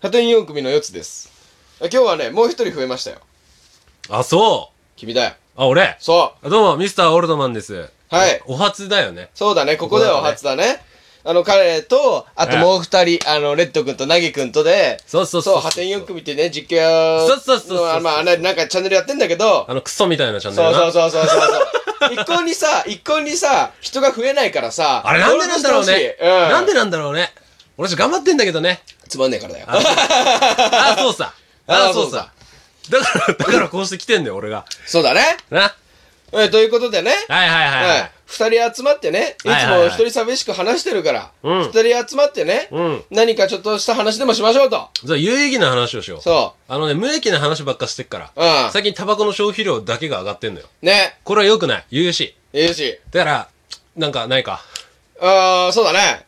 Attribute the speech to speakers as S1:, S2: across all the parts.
S1: ハトイン4組の4つです。今日はね、もう一人増えましたよ。
S2: あ、そう
S1: 君だよ。
S2: あ、俺
S1: そう。
S2: あどうも、ミスターオールドマンです。
S1: はい
S2: おお初だよね。
S1: そうだね、ここではお初だね。あの、彼と、あともう二人、あの、レッド君とナギ君とで、
S2: そうそうそう
S1: そう、破天4組ってね、実況
S2: そうそうそうそう
S1: のあまあ、ななんかチャンネルやってんだけど、
S2: あの、クソみたいなチャンネル
S1: そ
S2: な。
S1: うそうそうそうそうそう。一向にさ、一向にさ、人が増えないからさ、
S2: あれなんでなんだろ
S1: 登
S2: う
S1: 録して
S2: ね。
S1: ほしいうん。
S2: なんでなんだろうね。俺たち頑張ってんだけどね。
S1: つまんねえからだよ。
S2: あ、そうさ。
S1: あ
S2: あ、そうさ。だから、だからこうして来てんだよ、俺が。
S1: そうだね。
S2: な。
S1: えということでね、
S2: はいはいはいは
S1: はい
S2: い。
S1: 二人集まってね、いつも
S2: はいはいはい
S1: 一人寂しく話してるから、
S2: うん
S1: 二人集まってね、
S2: うん
S1: 何かちょっとした話でもしましょうと。
S2: じゃあ、有意義な話をしよう。
S1: そ
S2: あのね、無益な話ばっかしてっか
S1: うん
S2: ら。最近タバコの消費量だけが上がってんのよ。
S1: う。ね。
S2: これは良くない。有し。
S1: いいし。
S2: だから、なんかないか。
S1: ああ、そうだね。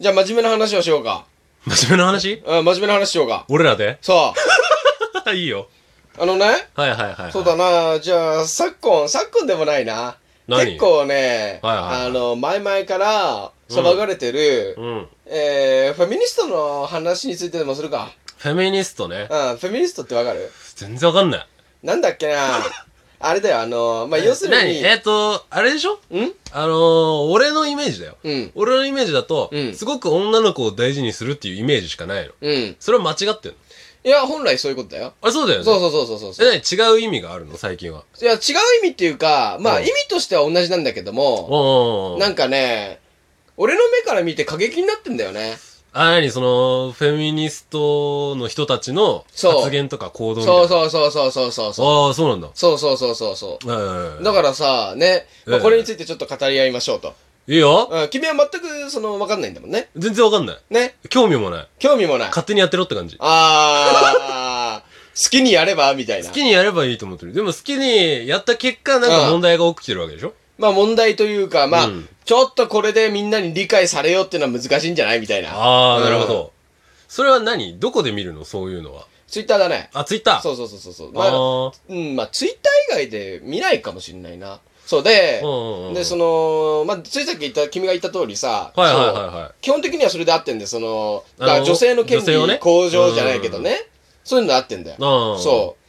S1: じゃあ真面目な話をしようか。
S2: 真面目な話
S1: うん、真面目な話しようか。
S2: 俺らで
S1: そ
S2: いいよ。
S1: う。あのね、
S2: はいはいはいはい。
S1: そうだな、じゃあ、昨今、昨今でもないな。
S2: 何
S1: 結構ね、
S2: はいはいはい
S1: あの、前々から騒がれてる、
S2: うん。
S1: えー、フェミニストの話についてでもするか。
S2: フェミニストね。
S1: うん、フェミニストってわかる
S2: 全然わかんない。
S1: なんだっけなあれだよ、あの、まあ、要するに、
S2: 何えっと、あれでしょ
S1: ん
S2: あのー、俺のイメージだよ。
S1: うん
S2: 俺のイメージだと、
S1: うん
S2: すごく女の子を大事にするっていうイメージしかないの。
S1: うん。
S2: それは間違ってんの。
S1: いや、本来そういうことだよ。
S2: あれそうだよね。
S1: そうそうそうそうそう。
S2: え、何違う意味があるの最近は。
S1: いや、違う意味っていうか、まあ、
S2: うん
S1: 意味としては同じなんだけども、
S2: お
S1: な
S2: なん
S1: かね、俺の目から見て過激になってんだよね。
S2: あ、なにその、フェミニストの人たちの
S1: そう
S2: 発言とか行動みたいな
S1: そうそうそうそうそうそうそう。
S2: ああ、そうなんだ。
S1: そうそうそうそうそ
S2: はいはいは
S1: う。
S2: い
S1: だからさ、ね、まあ
S2: ええ
S1: これについてちょっと語り合いましょうと。
S2: いいよ。
S1: うん、君は全く、その、わかんないんだもんね。
S2: 全然わかんない。
S1: ね。
S2: 興味もない。
S1: 興味もない。
S2: 勝手にやってろって感じ。好
S1: あー、好きにやればみたいな。
S2: きにやればいいと思ってる。でも好きにやった結果、なんか問題が起きてるわけでしょ
S1: まあ問題というか、まあ、
S2: うん
S1: ちょっとこれでみんなに理解されようっていうのは難しいんじゃないみたいな。
S2: ああ、なるほ
S1: うん。
S2: ど。それは何どこで見るのそういうのは。
S1: ツイッターだね。
S2: あ、ツイッター。。
S1: そううそうそうそうそう。ま
S2: あ
S1: あ、
S2: ー
S1: うん、まあツイッター以外で見ないかもしれないな。そうで、
S2: うんうんうん
S1: で、その、まあ、ついさっき言った、君が言った通りさ、
S2: はいはいはい
S1: そう
S2: はい
S1: 基本的にはそれで合ってんで、その、だか
S2: あ
S1: ら
S2: の
S1: 女性の権
S2: 女性を
S1: 利
S2: ね
S1: 向上じゃないけどね、そういうの合ってんだよ。
S2: あー
S1: そう。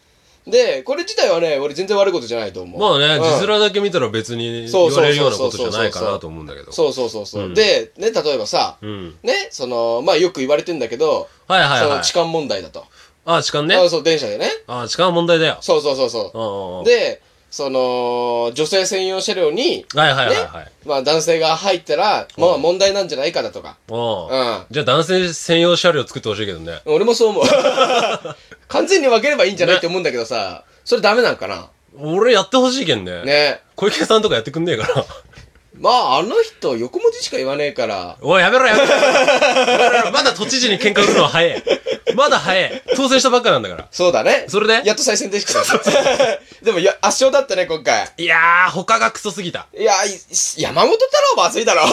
S1: で、これ自体はね、俺全然悪いことじゃないと思う。
S2: まあね、
S1: うん
S2: 字面だけ見たら別に言
S1: そうそうそうそう
S2: われるようなことじゃないかなと思うんだけど。
S1: そうそうそうそう。
S2: うん
S1: で、ね、例えばさ、
S2: うん。
S1: ね、その、まあよく言われてんだけど、
S2: はいはい
S1: そ
S2: は
S1: の
S2: い
S1: 痴。漢問題だと。
S2: ああ、痴漢ね。
S1: あそう、電車でね。
S2: ああ、痴漢は問題だよ。
S1: そうそうそうそうう。
S2: んうんうん。
S1: で、その、女性専用車両に、
S2: はいはいはいはい。
S1: まあ男性が入ったら、まあ問題なんじゃないかだとか。
S2: う
S1: うん
S2: ん。じゃあ男性専用車両作ってほしいけどね。
S1: 俺もそう思う。 完全に分ければいいんじゃないって思うんだけどさ、それダメなんかな。
S2: 俺やってほしいけんね。
S1: ね。
S2: 小池さんとかやってくんねえから。
S1: まああの人横文字しか言わねえから、
S2: おい、やめろやめろやめろまだ都知事に喧嘩売るのは早い。まだ早い。当選したばっかなんだから。
S1: そうだね。
S2: それで
S1: やっと再選できた。 でもや圧勝だったね、今回。
S2: いやー、他がクソすぎた。
S1: いや、い山本太郎まずいだろ。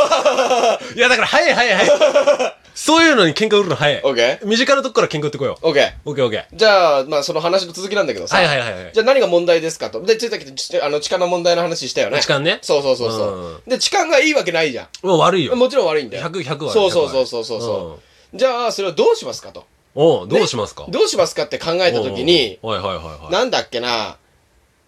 S2: いや、だから早い早い早い。そういうのに喧嘩売るの早い。
S1: オッケ
S2: 身近なとこから喧嘩売ってこよう。
S1: ーオッケー。
S2: オッケーオッケー。
S1: じゃあ、まあ、その話の続きなんだけどさ。
S2: はいはいはいはい
S1: じ。ゃあ何が問題ですかと。で、ついたきちあの、痴漢の問題の話したよね。
S2: 痴漢ね
S1: そうそうそうそう。で、痴漢がいいわけないじゃ
S2: もう悪いよ
S1: ん。。もちろん悪いんだよ。
S2: 100 100は
S1: そう
S2: ね
S1: そうそうそうそうそう。じゃあ、それをどうしますかと。
S2: おうどうしますか
S1: どうしますかって考えたときに、
S2: おうはいはいはいはい。
S1: なんだっけな、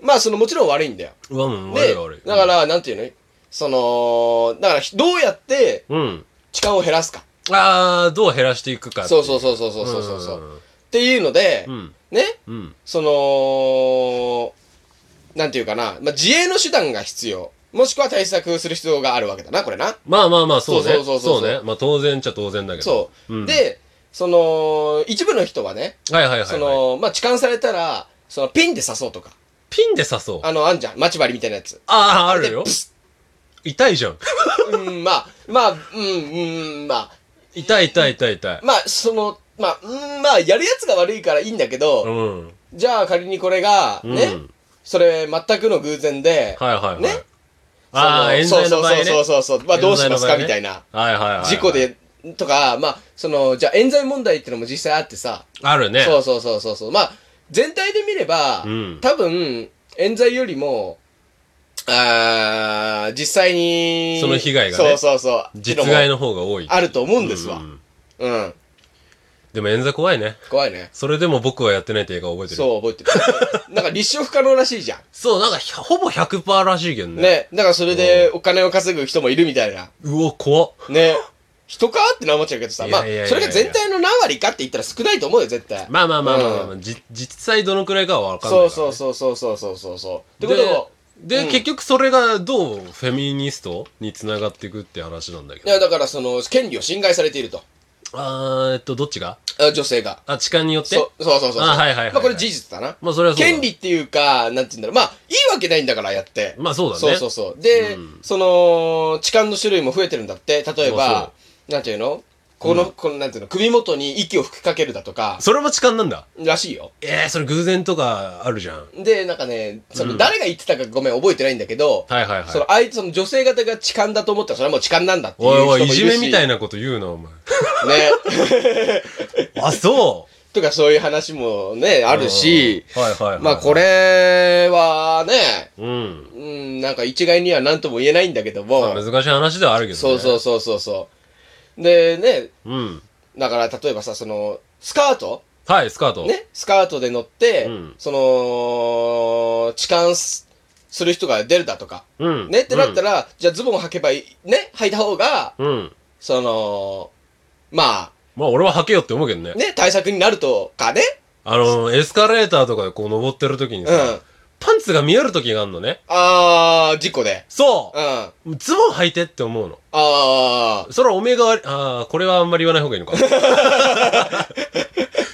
S1: まあ、その、もちろん悪いんだよ。
S2: うわ、うん、悪
S1: で
S2: い悪い。、
S1: だから、なんていうのその、だから、どうやって
S2: うん。
S1: 痴漢を減らすか。
S2: あー、どう減らしていくか。
S1: そう
S2: そ
S1: そうそうそうそうそうそうそう。
S2: ん
S1: っていうので、
S2: うん。
S1: ね、
S2: うん。
S1: その、なんていうかな、まあ、自衛の手段が必要。もしくは対策する必要があるわけだな、これな。
S2: まあまあまあ、そうね。
S1: そうそうそうそう
S2: ね。まあ当然っちゃ当然だけど。
S1: そう。
S2: うん、
S1: で、その、一部の人はね、
S2: はいはいはい、はい。
S1: その、まあ、痴漢されたら、その、ピンで刺そうとか。
S2: ピンで刺そう。あ
S1: あの、あんじゃん。待ち針みたいなや つ。
S2: あー、ある
S1: で
S2: よ
S1: プ。ス
S2: 痛いじ ゃん。
S1: うん、まあ、まあ、うん、うん、ま
S2: 痛い痛い痛い痛い
S1: あ、。まあ、その、まあ、うん、まあ、やるやつが悪いからいいんだけ
S2: う
S1: ど、
S2: ん。ね、
S1: じゃあ仮にこれが、
S2: うん。
S1: ね、それ全くの偶然で、
S2: はいはいはい。
S1: ね
S2: ああ、冤
S1: その
S2: 罪の場合ね。
S1: そうそうそうそうそう。まあ、どうしますか、みたいな。
S2: はいはいはい。
S1: 事故。で、とか、まあ、その、じゃあ冤罪問題ってのも実際あってさ、
S2: あるね。
S1: そうそうそうそうそう。まあ、全体で見れば、
S2: うん
S1: 多分、冤罪よりも、あー実際に、
S2: その被害がね
S1: そうそうそう。
S2: 実害
S1: の
S2: の方が多い。
S1: あると思うんですわ。う
S2: うんんでも演座怖いね。
S1: 怖いね。
S2: それでも僕はやってないって映画覚えてる。う。
S1: そう、覚えてる。なんか立証不可能らしいじゃ
S2: そう、なんかひゃほぼ100%らしいけど
S1: ん。
S2: ね。
S1: ね。だからそれでお金を稼ぐ人もいるみたいな。
S2: うお、怖っ。
S1: ね。人かってな思っちゃうけどさ。
S2: い
S1: まあ、
S2: や
S1: そ
S2: いやいやいや
S1: れが全体の何割かって言ったら少ないと思うよ、絶対。
S2: まあまあまあまあまあ、ま
S1: う
S2: あじ実際どのくらいかはわかんないか
S1: そ
S2: ら、
S1: う
S2: ね。
S1: そうそうそうそうそうそうそう。ってことを。
S2: で、
S1: うん
S2: 結局それがどうフェミニストにつながっていくって話なんだけ
S1: い
S2: ど。
S1: や、だからその、権利を侵害されていると。
S2: あー、えっと、どっちが
S1: あ女性が。
S2: あ、痴漢によって
S1: そうそうそうそうそう。
S2: あはいはいはいはい
S1: まあこれ事実だな。
S2: まあそれはそうだ
S1: 権利っていうか、なんて言うんだろう。まあ、いいわけないんだから、やって。
S2: まあそうだね。
S1: そうそうそう。で、
S2: うん
S1: その、痴漢の種類も増えてるんだって。例え
S2: ま
S1: ば
S2: あ、
S1: なんていうのこの、この、なんていうの首元に息を吹きかけるだとか、
S2: それも痴漢なんだ。
S1: らしいよ。
S2: ええそれ偶然とかあるじゃん。
S1: で、なんかね、そうの、
S2: ん
S1: 誰が言ってたかごめん、覚えてないんだけど、
S2: はいはいはい
S1: そ。の、あいつ、その女性方が痴漢だと思ったら、それはもう痴漢なんだっていう
S2: おい
S1: 人もい
S2: お
S1: る
S2: い、
S1: し。
S2: いじめみたい
S1: な。
S2: なこと言うな、お前。
S1: ね。
S2: あ、そ
S1: とか、そういう話もね、
S2: う
S1: あるし、、
S2: うんはいはいはい。
S1: まあ、こ。れはね、
S2: うん。
S1: うん、なんか一概には何とも言えないんだけど
S2: まあ
S1: も、
S2: 難しい話ではあるけどね。
S1: そうそうそうそうそう。で、ね、
S2: う。うん。
S1: だから例えばさ、その、スカート
S2: はい、スカート。
S1: ね、スカートで乗って、
S2: うん
S1: その、痴漢すする人が出るだとか、
S2: うん。
S1: ね、ってなった
S2: ら。
S1: ら、じゃあズボンを履けばいい、ね、履いた方が、
S2: うん。
S1: その、ま
S2: まあ俺は履けよって思うけどね
S1: あ、。ね、対策になるとかね、
S2: あの、エスカレーターとかでこう登ってる時に
S1: う
S2: さ
S1: ん、
S2: パンツが見える時があるのね。
S1: あー、事故で。
S2: そ
S1: うん。あ
S2: うズボン履いてって思うの。
S1: ー、
S2: それはおめえが悪い、ああ、これはあんまり言わない方がい いのか。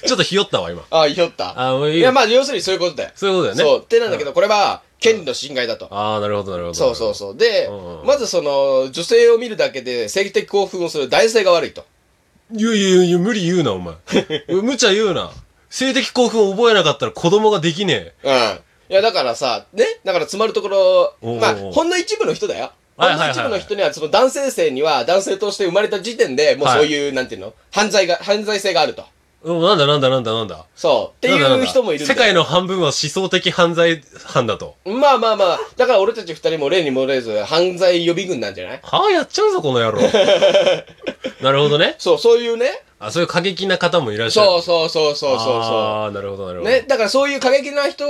S2: ちょっとひよったわ、今。
S1: あー、ひょった。
S2: ああ、もうい
S1: い
S2: い。
S1: や、まあ、要するにそういうことだよ。
S2: そういうことだよね。
S1: そう。ってなんだけど、これは、権利の侵害だと。
S2: ああ、なるほど、なるほど。
S1: そうそうそう。で
S2: うんう、ん
S1: まずその、女性を見るだけで性的興奮をする男性が悪いと。
S2: いやいやいや、無理言うな、お前。無茶言うな。性的興奮を覚えなかったら子供ができねえ。
S1: うん。いや、だからさ、ね、だから詰まるところ、
S2: おー
S1: まあ、ほんの一部の人だよ。ほ
S2: は
S1: ん
S2: いは
S1: の
S2: いはい
S1: 一部の人には、その男性性には、男性として生まれた時点で、もうそういう、なんていうの犯罪が、犯罪性があると。
S2: うん、なんだなんだなんだなんだ。っ
S1: そう。っていう人もいるんだ
S2: 世
S1: よ
S2: 界の半分は思想的犯罪犯だと。
S1: まあまあまあ、だから俺たち二人も例に漏れず、犯罪予備軍なんじゃない
S2: はあ、やっちゃうぞ、こ の野郎。なるほどね。
S1: そう、そういうね。
S2: あ、そういう過激な方もいらっしゃる。
S1: そうそうそうそうそうそう。
S2: ああ、なるほど、なるほど。
S1: ね、だからそういう過激な人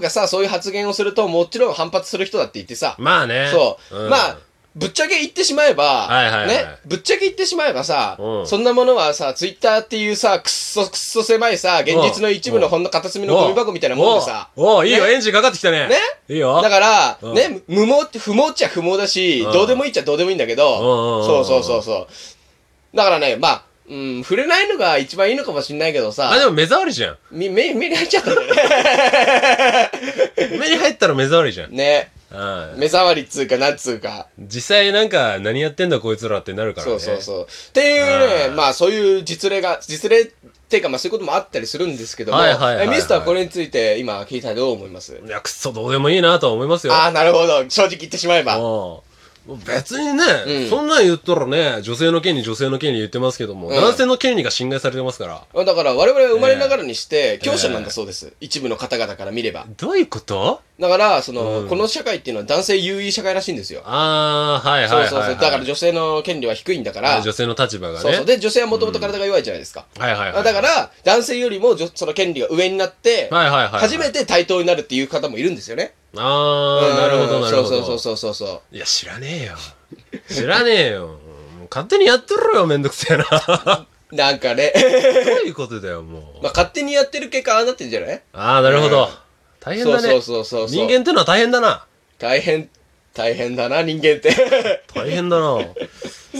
S1: がさ、そういう発言をすると、もちろん反発する人だって言ってさ、
S2: まあね。
S1: そう、
S2: ん
S1: まあ、、ぶっちゃけ言ってしまえば、
S2: はいはいはい
S1: ね、ぶっちゃけ言ってしまえばさ、
S2: うん
S1: そんなものはさ、ツイッターっていうさ、くっそくっそ狭いさ、現実の一部のほんの片隅のゴミ箱みたいなもんでさ、
S2: おうおういいよ、
S1: ね
S2: エンジンかかってきたね。
S1: ね
S2: いいよ。
S1: だから、
S2: うん
S1: ね、無毛って、不毛っちゃ不毛だし、
S2: うん
S1: どうでもいいっちゃどうでもいいんだけど、
S2: うんうんうんうん
S1: そうそうそうそう。だからね、まあ、うん、触れないのが一番いいのかもしれないけどさ
S2: あ、、でも目障りじゃん。
S1: み目、目に入っちゃったんだよね。
S2: 目に入ったら目障りじゃん。
S1: ね。
S2: うん
S1: 目障りっつうかなんつうか、
S2: 実際なんか、何やってんだこいつらってなるから
S1: そ
S2: ね。
S1: うそうそうっていうね
S2: うん
S1: まあそういう実例が実例っていうかまあそういうこともあったりするんですけども
S2: はいはいはいはい
S1: えミスターこれについて今聞いたらどう思います
S2: いや、くっそ、どうでもいいなとは思いますよ。
S1: ああなるほど正直言ってしまえば
S2: うん別にね、
S1: うん
S2: そんなん言ったらね、女性の権利、女性の権利言ってますけども、
S1: うん
S2: 男性の権利が侵害されてますから。
S1: だから我々は生まれながらにして強者なんだそうです、一部の方々から見れば
S2: どういうこと
S1: だからその、
S2: うん
S1: この社会っていうのは男性優位社会らしいんですよ、
S2: あー、はいはいはい、はい。
S1: そうそうそうだから女性の権利は低いんだから、
S2: あ女性の立場がね。
S1: そうそうで女性はもともと体が弱いじゃないですか、
S2: はいはいはい。
S1: だから男性よりも女その権利が上になって、
S2: はいはいはいはい。
S1: 初めて対等になるっていう方もいるんですよね。
S2: あー、なるほど、なるほど。
S1: そうそうそうそうそう。
S2: いや、知らねえよ。知らねえよ。もう勝手にやってろよ、めんどくせえな。ど
S1: なんかね、
S2: ういうことだよ、もう。
S1: まあ勝手にやってる結果ああなってんじゃない
S2: ああ、なるほど。
S1: うん
S2: 大変
S1: そう
S2: だ
S1: そ
S2: ね
S1: う。そうそう。
S2: 人間ってのは大変だな。
S1: 大変、大変だな、人間って。
S2: 大変だな。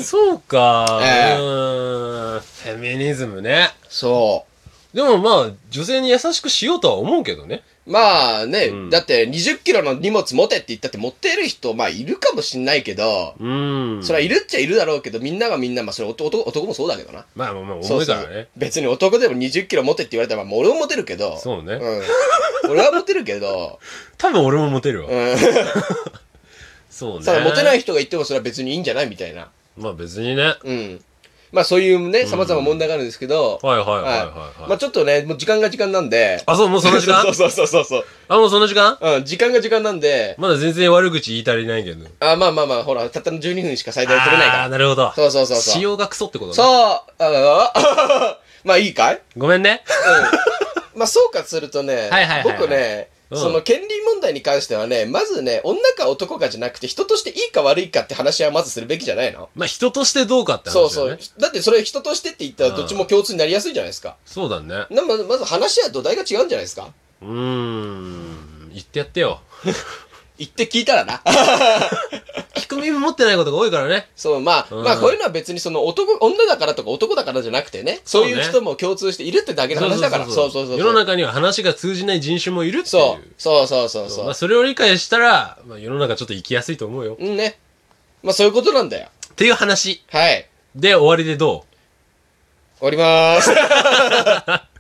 S2: そうか、
S1: ええ
S2: うーん。フェミニズムね。
S1: そ
S2: でもまあ、女性に優しくしようとは思うけどね。
S1: う。まあね、
S2: うん
S1: だって20キロの荷物持てって言ったって持ってる人、まあいるかもしんないけど、
S2: うーん。
S1: それはいるっちゃいるだろうけど、みんながみんな、まあそれ男男もそうだけどな。
S2: まあまあまあ、
S1: そ
S2: 重
S1: う
S2: い
S1: そ
S2: からね
S1: う。。別に男でも20キロ持てって言われたら、まあ俺も持てるけど。
S2: そうね
S1: うん。俺は持てるけど、
S2: 多分俺もモテるわ。
S1: うん。
S2: そうね。
S1: ただモテない人がいてもそれは別にいいんじゃないみたいな。
S2: まあ別にね。はい
S1: うん。まあそういうね、様々問題があるんですけど、
S2: はいはいはいはい。
S1: まあちょっとね、もう時間が時間なんで、
S2: あ、そう、もうその時間
S1: そうそうそうそうそう。
S2: あ、もうその時間
S1: うん、時間が時間なんで、
S2: まだ全然悪口言い足りないけど。
S1: あまあまあまあ、ほら、たったの12分しか最大取れない
S2: あー
S1: か
S2: なるほど。
S1: そうそうそうそう
S2: 仕様がクソってこと
S1: ら。そ
S2: ね
S1: う、ああ まあいいかい
S2: ごめんね。
S1: うん。まあ総括するとね
S2: はいはいはいは、い
S1: 僕ね、
S2: うん
S1: その権利問題に関してはね、まずね、女か男かじゃなくて、人としていいか悪いかって話はまずするべきじゃないの
S2: まあ、人としてどうかって話だ
S1: そう
S2: よね。
S1: そう。だってそれ人としてって言ったらどっちも共通になりやすいじゃないですか。
S2: そうだね。
S1: なまずまず話は土台が違うんじゃないですか
S2: うーん。言ってやってよ。
S1: 言って聞いたらな。
S2: 聞く耳持ってないことが多いからね。
S1: そう、まあ、
S2: うん
S1: まあこういうのは別にその男、女だからとか男だからじゃなくてね、そういう
S2: そうね
S1: 人も共通しているってだけの話だから。そうそうそう。
S2: 世の中には話が通じない人種もいるっていう。
S1: そうそうそうそう
S2: ま
S1: そ
S2: あ、それを理解したら、まあ、世の中ちょっと生きやすいと思うよ。
S1: う。うんね。まあそういうことなんだよ。
S2: っていう話。
S1: はい。
S2: で、終わりでどう
S1: 終わりまーす。